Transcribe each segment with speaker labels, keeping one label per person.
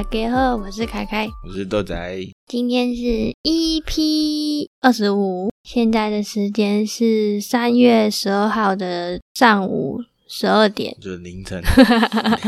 Speaker 1: 我是凯凯，
Speaker 2: 我是豆仔，
Speaker 1: 今天是 EP 二十五，现在的时间是三月十二号的上午十二 点，
Speaker 2: 就是 凌晨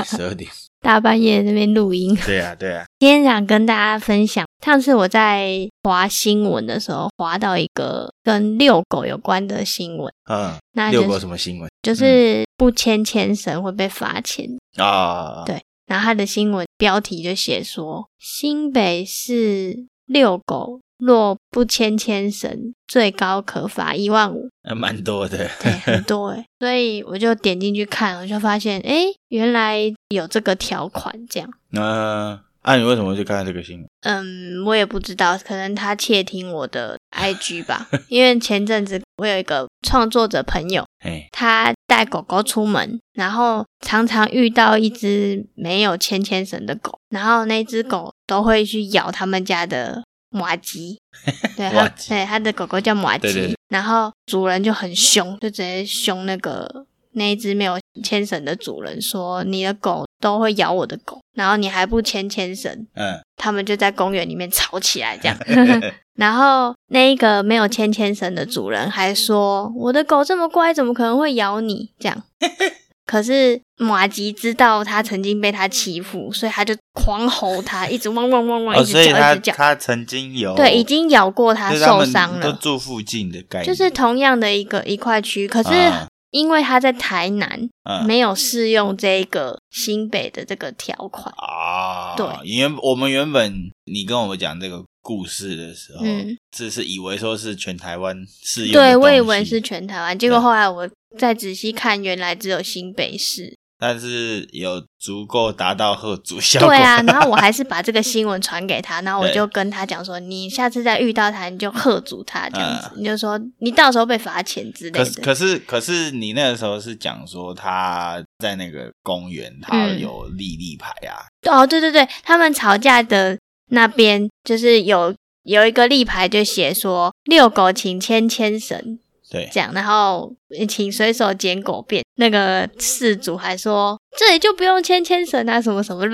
Speaker 2: 十二点。
Speaker 1: 大半夜那边录音。
Speaker 2: 对啊，对啊，
Speaker 1: 今天想跟大家分享，上次我在划新闻的时候，划到一个跟遛狗有关的新闻，
Speaker 2: 嗯，
Speaker 1: 那
Speaker 2: 遛
Speaker 1: 就
Speaker 2: 狗
Speaker 1: 是
Speaker 2: 什么新闻
Speaker 1: 就是不牵牵绳会被罚钱。
Speaker 2: 啊？
Speaker 1: 对然后他的新闻标题就写说，新北市遛狗若不牵牵绳，最高可罚一万五。
Speaker 2: 还蛮多的。
Speaker 1: 对，很多诶、所以我就点进去看，我就发现，诶，原来有这个条款这样。
Speaker 2: 那啊，你为什么去看这个新闻？
Speaker 1: 嗯，我也不知道，可能他窃听我的 IG 吧，因为前阵子我有一个创作者朋友，
Speaker 2: 哎，
Speaker 1: 他带狗狗出门，然后常常遇到一只没有牵牵绳的狗，然后那只狗都会去咬他们家的马 吉。对，
Speaker 2: 马
Speaker 1: 他
Speaker 2: 吉
Speaker 1: 对他的狗狗叫马吉，
Speaker 2: 对对对
Speaker 1: 然后主人就很凶，就直接凶那个那一只没有牵绳的主人说：“你的狗都会咬我的狗，然后你还不牵牵绳。”
Speaker 2: 嗯，
Speaker 1: 他们就在公园里面吵起来，这 样。然后那一个没有牵牵绳的主人还说：“我的狗这么乖，怎么可能会咬你？”这样。可是马吉知道他曾经被他欺负，所以他就狂吼他，一直汪汪汪汪，
Speaker 2: 哦，
Speaker 1: 一直
Speaker 2: 所以
Speaker 1: 叫，
Speaker 2: 他
Speaker 1: 一直叫。
Speaker 2: 他曾经有
Speaker 1: 对，已经咬过他，
Speaker 2: 就是
Speaker 1: 受
Speaker 2: 们
Speaker 1: 伤
Speaker 2: 都
Speaker 1: 了。
Speaker 2: 住附近的概念，
Speaker 1: 就是同样的一个一块区，可是
Speaker 2: 啊
Speaker 1: 因为他在台南，
Speaker 2: 嗯
Speaker 1: 没有适用这个新北的这个条款。
Speaker 2: 啊，
Speaker 1: 对，
Speaker 2: 原我们原本你跟我们讲这个故事的时候，
Speaker 1: 嗯
Speaker 2: 这是以为说是全台湾适用的东
Speaker 1: 对，
Speaker 2: 西，
Speaker 1: 我以为是全台湾，结果
Speaker 2: 对
Speaker 1: 后来我再仔细看，原来只有新北市。
Speaker 2: 但是有足够达到贺主效果。
Speaker 1: 对啊，然后我还是把这个新闻传给他，然后我
Speaker 2: 对
Speaker 1: 就跟他讲说，你下次再遇到他，你就喝阻他这样子，
Speaker 2: 嗯
Speaker 1: 你就说你到时候被罚钱之类
Speaker 2: 可是
Speaker 1: 的。
Speaker 2: 可是可是你那个时候是讲说他在那个公园，他
Speaker 1: 嗯
Speaker 2: 有立立牌啊，
Speaker 1: 哦，对对对，他们吵架的那边就是有有一个立牌就写说，遛狗请牵牵绳
Speaker 2: 对，
Speaker 1: 这样，然后嗯请随手捡狗便。那个事主还说，这里就不用牵牵绳啊，什么什 么，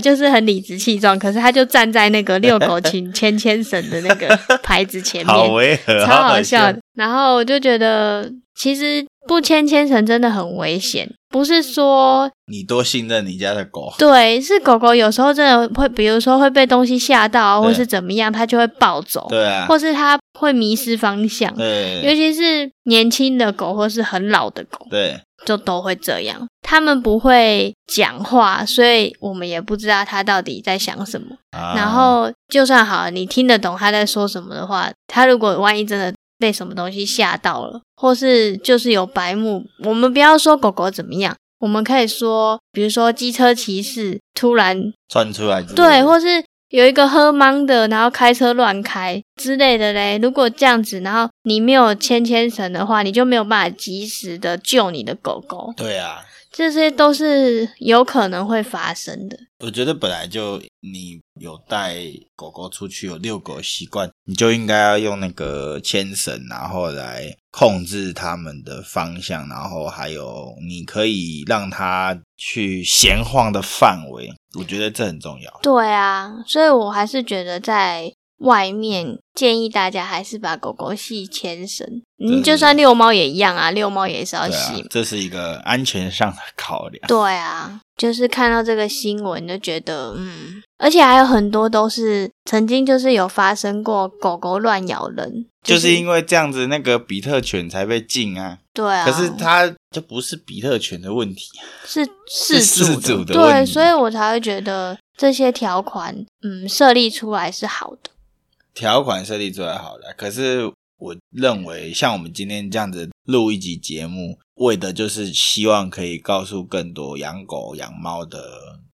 Speaker 1: 就是很理直气壮。可是他就站在那个遛狗请牵牵绳的那 个牌子前面，
Speaker 2: 好违和，啊
Speaker 1: 超
Speaker 2: 好
Speaker 1: 好笑的。然后我就觉得，其实不牵牵绳真的很危险，不是说
Speaker 2: 你多信任你家的狗，
Speaker 1: 对，是狗狗有时候真的会，比如说会被东西吓到啊，
Speaker 2: 对
Speaker 1: 或是怎么样，它就会暴走，
Speaker 2: 对啊，
Speaker 1: 或是它会迷失方向。尤
Speaker 2: 对
Speaker 1: 其是年轻的狗或是很老的狗，
Speaker 2: 对
Speaker 1: 就都会这样。它们不会讲话，所以我们也不知道它到底在想什么。
Speaker 2: 啊，
Speaker 1: 然后就算好了，你听得懂他在说什么的话，他如果万一真的被什么东西吓到了，或是就是有白目，我们不要说狗狗怎么样，我们可以说，比如说机车骑士突然
Speaker 2: 窜出来之类的，
Speaker 1: 对，或是有一个喝懵的，然后开车乱开之类的嘞。如果这样子，然后你没有牵牵绳的话，你就没有办法及时的救你的狗狗，
Speaker 2: 对啊，
Speaker 1: 这些都是有可能会发生的。
Speaker 2: 我觉得本来就你有带狗狗出去有遛狗的习惯，你就应该要用那个牵绳，然后来控制它们的方向，然后还有你可以让它去闲晃的范围，我觉得这很重要。
Speaker 1: 对啊，所以我还是觉得在外面建议大家还是把狗狗系牵绳，
Speaker 2: 对
Speaker 1: 嗯，就算遛猫也一样啊，遛猫也是要
Speaker 2: 对啊
Speaker 1: 系 嘛。，
Speaker 2: 这是一个安全上的考量。
Speaker 1: 对啊，就是看到这个新闻就觉得，嗯，而且还有很多都是曾经就是有发生过狗狗乱咬人，
Speaker 2: 就是因为这样子，那个比特犬才被禁啊。
Speaker 1: 对啊，
Speaker 2: 可是它就不是比特犬的问题啊，
Speaker 1: 是事
Speaker 2: 是事
Speaker 1: 主
Speaker 2: 主的问
Speaker 1: 对，
Speaker 2: 题
Speaker 1: 所以我才会觉得这些条款，嗯，设立出来是好的。
Speaker 2: 条款设立出来好了，可是我认为，像我们今天这样子录一集节目，为的就是希望可以告诉更多养狗、养猫的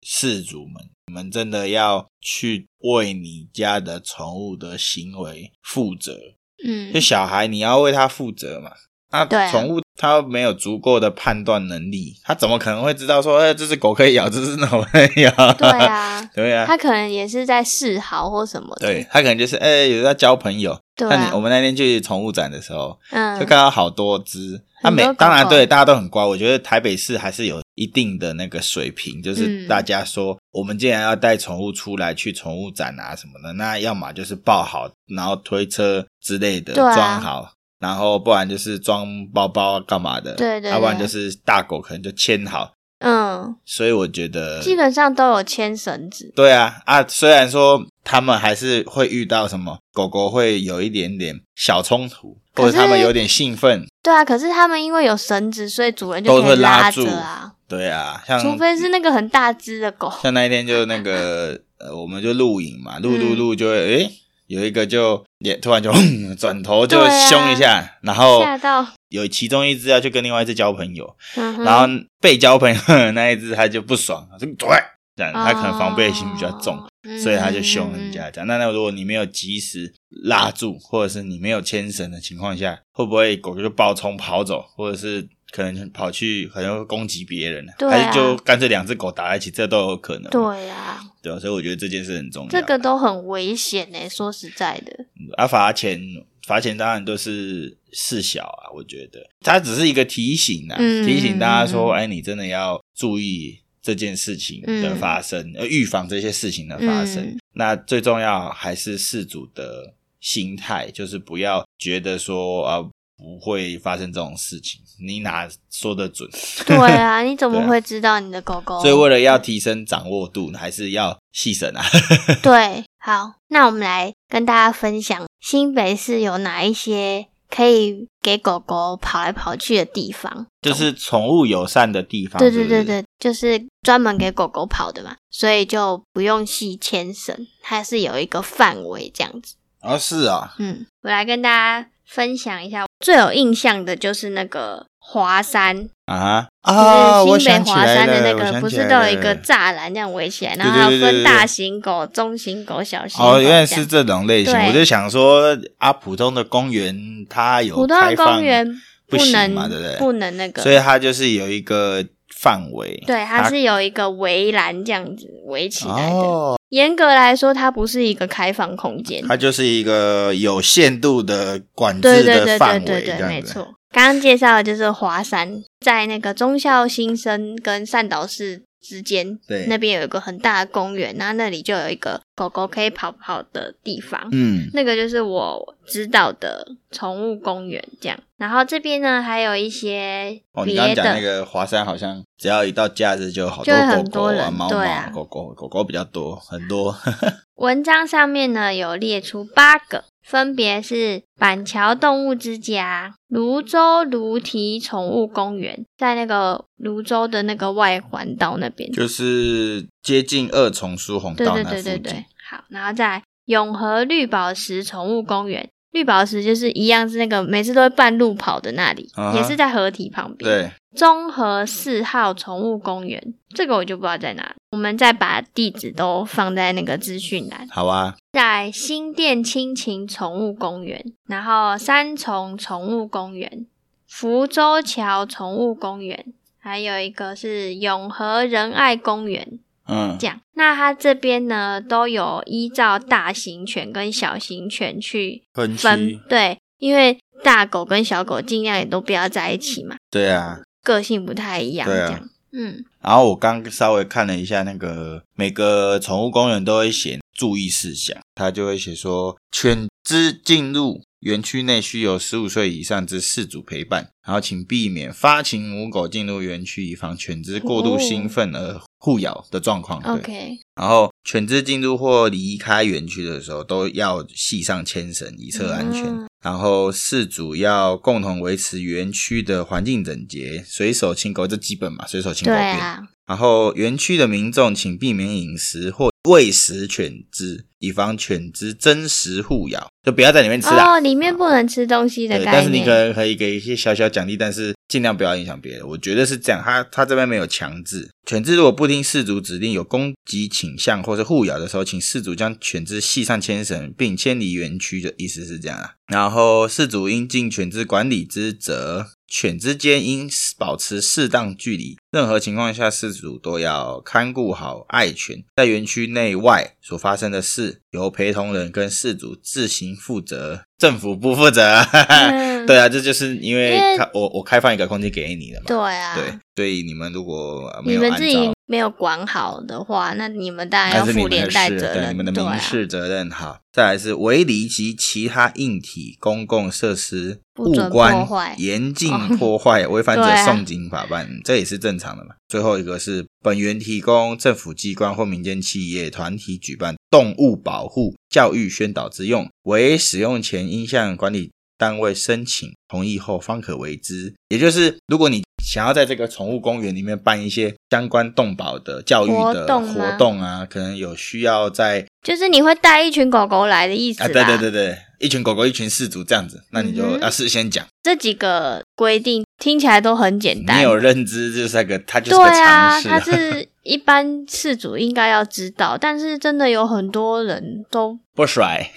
Speaker 2: 饲主们，你们真的要去为你家的宠物的行为负责。
Speaker 1: 嗯
Speaker 2: 就，小孩，你要为他负责嘛。那
Speaker 1: 对啊
Speaker 2: 宠物它没有足够的判断能力，它怎么可能会知道说，哎，这只狗可以咬，这只狗不能咬？，
Speaker 1: 对，啊
Speaker 2: 对啊，
Speaker 1: 他可能也是在示好或什么的。
Speaker 2: 对，它可能就是哎、有在交朋友，
Speaker 1: 对
Speaker 2: 像你，
Speaker 1: 啊
Speaker 2: 我，们那天去宠物展的时候，
Speaker 1: 嗯
Speaker 2: 就看到好多只啊，每
Speaker 1: 很多狗
Speaker 2: 当然
Speaker 1: 狗
Speaker 2: 对大家都很乖，我觉得台北市还是有一定的那个水平，就是
Speaker 1: 嗯
Speaker 2: 大家说、我们既然要带宠物出来去宠物展啊什么的，那要么就是抱好，然后推车之类的
Speaker 1: 对啊
Speaker 2: 装好，然后不然就是装包包啊干嘛的，
Speaker 1: 对对
Speaker 2: 要不然
Speaker 1: 对
Speaker 2: 就是大狗可能就牵好，
Speaker 1: 嗯，
Speaker 2: 所以我觉得
Speaker 1: 基本上都有牵绳子，
Speaker 2: 对啊，啊，虽然说他们还是会遇到什么狗狗会有一点点小冲突，
Speaker 1: 可
Speaker 2: 或者他们
Speaker 1: 是
Speaker 2: 有点兴奋，
Speaker 1: 对啊，可是他们因为有绳子，所以主人
Speaker 2: 都
Speaker 1: 就可
Speaker 2: 会
Speaker 1: 以
Speaker 2: 拉
Speaker 1: 拉
Speaker 2: 住
Speaker 1: 着啊。
Speaker 2: 对啊，像
Speaker 1: 除非是那个很大只的狗，
Speaker 2: 像那一天就那个 呃，我们就录影嘛，录录
Speaker 1: 嗯
Speaker 2: 录就会诶、有一个就也突然就嗯转头就
Speaker 1: 对啊
Speaker 2: 凶一下，然后
Speaker 1: 吓到，
Speaker 2: 有其中一只要去跟另外一只交朋友，
Speaker 1: 嗯哼、
Speaker 2: 然后被交朋友的那一只它就不爽，它就对，这样它可能防备心比较重。
Speaker 1: 哦，
Speaker 2: 所以他就凶
Speaker 1: 嗯
Speaker 2: 人家。这样。那那如果你没有及时拉住，或者是你没有牵绳的情况下，会不会狗狗就暴冲跑走，或者是可能跑去可能会攻击别人呢？
Speaker 1: 对啊
Speaker 2: 还是就干脆两只狗打在一起，这都有可能。
Speaker 1: 对啊，
Speaker 2: 对啊，所以我觉得这件事很重要。嗯
Speaker 1: 这个都很危险呢、说实在的，
Speaker 2: 啊，罚钱罚钱当然都是事小啊，我觉得它只是一个提醒啊，
Speaker 1: 嗯
Speaker 2: 提醒大家说，
Speaker 1: 嗯
Speaker 2: 哎，你真的要注意这件事情的发生，呃、预防这些事情的发生。
Speaker 1: 嗯
Speaker 2: 那最重要还是事主的心态，就是不要觉得说啊。不会发生这种事情，你哪说得准？
Speaker 1: 对啊，你怎
Speaker 2: 对
Speaker 1: 么
Speaker 2: 啊
Speaker 1: 会知道你的狗狗？
Speaker 2: 所以为了要提升掌握度，还是要细审啊。
Speaker 1: 对，好，那我们来跟大家分享新北市有哪一些可以给狗狗跑来跑去的地方。
Speaker 2: 就是宠物友善的地方，
Speaker 1: 对对
Speaker 2: 是不
Speaker 1: 对
Speaker 2: 是，
Speaker 1: 对，就是专门给狗狗跑的嘛，所以就不用系牵绳，它是有一个范围这样子。
Speaker 2: 哦，是啊、
Speaker 1: 嗯，我来跟大家分享一下，最有印象的就是那个华山，
Speaker 2: 啊啊！
Speaker 1: 就
Speaker 2: 我
Speaker 1: 是新
Speaker 2: 想
Speaker 1: 北
Speaker 2: 起
Speaker 1: 华
Speaker 2: 来
Speaker 1: 山的
Speaker 2: 了
Speaker 1: 那
Speaker 2: 我
Speaker 1: 个，
Speaker 2: 想
Speaker 1: 不
Speaker 2: 起
Speaker 1: 是
Speaker 2: 来
Speaker 1: 都有一个
Speaker 2: 了
Speaker 1: 栅栏这样围起来，然
Speaker 2: 对
Speaker 1: 后要
Speaker 2: 对对对对
Speaker 1: 分大
Speaker 2: 对
Speaker 1: 型狗、中型狗、小型狗
Speaker 2: 哦，
Speaker 1: 这样。
Speaker 2: 原来是这种类型，
Speaker 1: 对
Speaker 2: 我就想说啊，普通的公园它有
Speaker 1: 普通
Speaker 2: 开
Speaker 1: 的
Speaker 2: 放
Speaker 1: 公园
Speaker 2: 不
Speaker 1: 能
Speaker 2: 行嘛，对不对？
Speaker 1: 能那个，
Speaker 2: 所以它就是有一个范围，
Speaker 1: 对，它是有一个围栏这样子围起来的。
Speaker 2: 哦，
Speaker 1: 严格来说，它不是一个开放空间。
Speaker 2: 它就是一个有限度的管
Speaker 1: 对
Speaker 2: 制
Speaker 1: 对
Speaker 2: 的
Speaker 1: 对
Speaker 2: 范
Speaker 1: 对
Speaker 2: 围，
Speaker 1: 对
Speaker 2: 这
Speaker 1: 对，
Speaker 2: 样
Speaker 1: 没
Speaker 2: 子。
Speaker 1: 错。刚刚介绍的就是华山，在那个忠孝新生跟善导寺之间，
Speaker 2: 对
Speaker 1: 那边有一个很大的公园，然后那里就有一个狗狗可以跑跑的地方。
Speaker 2: 嗯，
Speaker 1: 那个就是我知道的宠物公园这样，然后这边呢还有一些
Speaker 2: 哦，你
Speaker 1: 别
Speaker 2: 刚刚讲
Speaker 1: 的，
Speaker 2: 那个华山，好像只要一到假日就有好
Speaker 1: 就会
Speaker 2: 狗
Speaker 1: 很
Speaker 2: 狗
Speaker 1: 多
Speaker 2: 啊、
Speaker 1: 人
Speaker 2: 猫
Speaker 1: 对
Speaker 2: 猫
Speaker 1: 啊、
Speaker 2: 狗狗、狗狗比较多，很多。
Speaker 1: 文章上面呢有列出八个，分别是板桥动物之家、泸州芦蹄宠物公园，在那个泸州的那个外环道那边。
Speaker 2: 就是接近二重疏洪
Speaker 1: 对
Speaker 2: 道
Speaker 1: 对
Speaker 2: 那附
Speaker 1: 对对
Speaker 2: 近。
Speaker 1: 对，好，然后再来永和绿宝石宠物公园，绿宝石就是一样是那个每次都会半路跑的那里
Speaker 2: 啊哈
Speaker 1: 也是在河堤旁边。
Speaker 2: 对
Speaker 1: 综合四号宠物公园，这个我就不知道在哪，我们再把地址都放在那个资讯栏。
Speaker 2: 好啊，
Speaker 1: 在新店亲情宠物公园，然后三重宠物公园、福州桥宠物公园，还有一个是永和仁爱公园。
Speaker 2: 嗯
Speaker 1: 这，样，那它这边呢都有依照大型犬跟小型犬去
Speaker 2: 分
Speaker 1: 分
Speaker 2: 区，，
Speaker 1: 对，因为大狗跟小狗尽量也都不要在一起嘛，
Speaker 2: 对啊。
Speaker 1: 个性不太一样，
Speaker 2: 对
Speaker 1: 这
Speaker 2: 啊
Speaker 1: 样，嗯，
Speaker 2: 然后我刚稍微看了一下，那个每个宠物公园都会写注意事项，它就会写说，犬只进入园区内需有十五岁以上之饲主陪伴，然后请避免发情母狗进入园区，以防犬只过度
Speaker 1: 哦
Speaker 2: 兴奋而互咬的状况。对
Speaker 1: OK，
Speaker 2: 然后犬只进入或离开园区的时候，都要系上牵绳以测安全。
Speaker 1: 嗯
Speaker 2: 然后饲主要共同维持园区的环境整洁，随手清狗这基本嘛，随手清狗
Speaker 1: 对
Speaker 2: 便。
Speaker 1: 啊，
Speaker 2: 然后园区的民众请避免饮食或喂食犬只，以防犬只争食互咬，就不要在里面吃啦。
Speaker 1: 哦，里面不能吃东西的概
Speaker 2: 啊对，
Speaker 1: 念，
Speaker 2: 但是你可能可以给一些小小奖励，但是尽量不要影响别人。我觉得是这样，他他这边没有强制。犬只如果不听饲主指令，有攻击倾向或是互咬的时候，请饲主将犬只系上牵绳，并牵离园区的意思是这样啊。然后饲主应尽犬只管理之责，犬之间应保持适当距离。任何情况下，饲主都要看顾好爱犬。在园区内外所发生的事，由陪同人跟饲主自行负责，政府不负责。
Speaker 1: 嗯
Speaker 2: 对 啊，这就是因为
Speaker 1: 因为
Speaker 2: 开我我开放一个空间给你了嘛。
Speaker 1: 对啊，
Speaker 2: 对，所以你们如果呃没
Speaker 1: 你
Speaker 2: 有
Speaker 1: 们
Speaker 2: 按
Speaker 1: 自己
Speaker 2: 照，
Speaker 1: 没有管好的话，那你们当然
Speaker 2: 那
Speaker 1: 要
Speaker 2: 是你
Speaker 1: 负
Speaker 2: 们的
Speaker 1: 连带
Speaker 2: 事，
Speaker 1: 责
Speaker 2: 对
Speaker 1: 任，
Speaker 2: 你们的
Speaker 1: 对
Speaker 2: 民
Speaker 1: 啊
Speaker 2: 事责任。好，再来是围篱及其他硬体公共设施
Speaker 1: 不
Speaker 2: 物
Speaker 1: 准破
Speaker 2: 观
Speaker 1: 坏
Speaker 2: 严禁
Speaker 1: 哦
Speaker 2: 破坏，违反者
Speaker 1: 对啊
Speaker 2: 送警法办，这也是正常的嘛。最后一个是本源提供政府机关或民间企业团体举办动物保护教育宣导之用，为使用前应向管理单位申请同意后方可为之。也就是，如果你想要在这个宠物公园里面办一些相关动保的教育的
Speaker 1: 活动吗
Speaker 2: 活动啊，可能有需要在
Speaker 1: 就是你会带一群狗狗来的意思啦。
Speaker 2: 啊，对对对对，一群狗狗，一群饲主这样子，那你
Speaker 1: 嗯
Speaker 2: 就
Speaker 1: 哼
Speaker 2: 要事先讲。
Speaker 1: 这几个规定听起来都很简单
Speaker 2: 你，有认知，就是那个它就是
Speaker 1: 对
Speaker 2: 个
Speaker 1: 啊，
Speaker 2: 常识。
Speaker 1: 它是一般事主应该要知道，但是真的有很多人 都
Speaker 2: 不甩，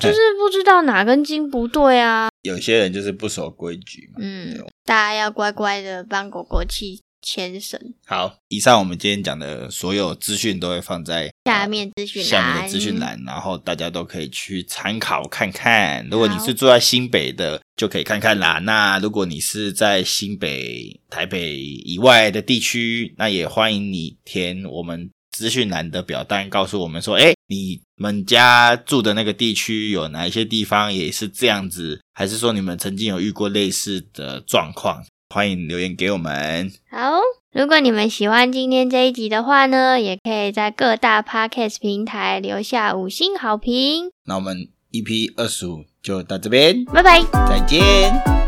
Speaker 1: 就是不知道哪根筋不对啊。
Speaker 2: 有些人就是不守规矩嘛。
Speaker 1: 嗯，大家要乖乖的帮狗狗去牵绳。
Speaker 2: 好，以上我们今天讲的所有资讯都会放在
Speaker 1: 下面资讯栏，
Speaker 2: 下面的资讯栏，然后大家都可以去参考看看。如果你
Speaker 1: 好
Speaker 2: 是住在新北的，就可以看看啦。那如果你是在新北、台北以外的地区，那也欢迎你填我们资讯栏的表单，告诉我们说，哎，你们家住的那个地区有哪一些地方也是这样子，还是说你们曾经有遇过类似的状况？欢迎留言给我们。
Speaker 1: 好，如果你们喜欢今天这一集的话呢，也可以在各大 podcast 平台留下五星好评。
Speaker 2: E 那我们 EP 二十五就到这边，
Speaker 1: 拜拜。
Speaker 2: 再见。